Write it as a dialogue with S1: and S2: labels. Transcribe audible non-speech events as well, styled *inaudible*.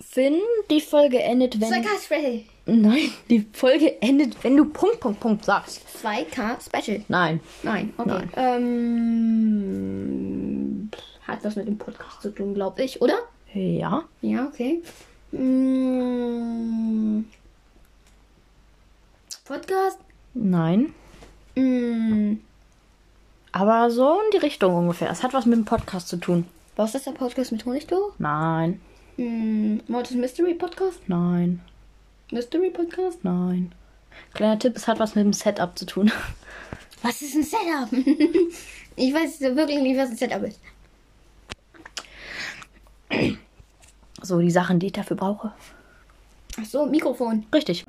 S1: Finn, die Folge endet, wenn.
S2: 2K Special.
S1: Nein, die Folge endet, wenn du Punkt, Punkt, Punkt sagst.
S2: 2K Special.
S1: Nein.
S2: Nein, okay.
S1: Nein.
S2: Ähm, hat was mit dem Podcast zu tun, glaube ich, oder?
S1: Ja.
S2: Ja, okay. Mm, Podcast?
S1: Nein.
S2: Mm,
S1: Aber so in die Richtung ungefähr. Es hat was mit dem Podcast zu tun.
S2: was ist der Podcast mit Honigdorf?
S1: Nein.
S2: Mm, Mortis Mystery Podcast?
S1: Nein.
S2: Mystery Podcast?
S1: Nein. Kleiner Tipp, es hat was mit dem Setup zu tun. *laughs*
S2: Was ist ein Setup? *laughs* ich weiß wirklich nicht, was ein Setup ist.
S1: So, die Sachen, die ich dafür brauche.
S2: Ach so, Mikrofon.
S1: Richtig.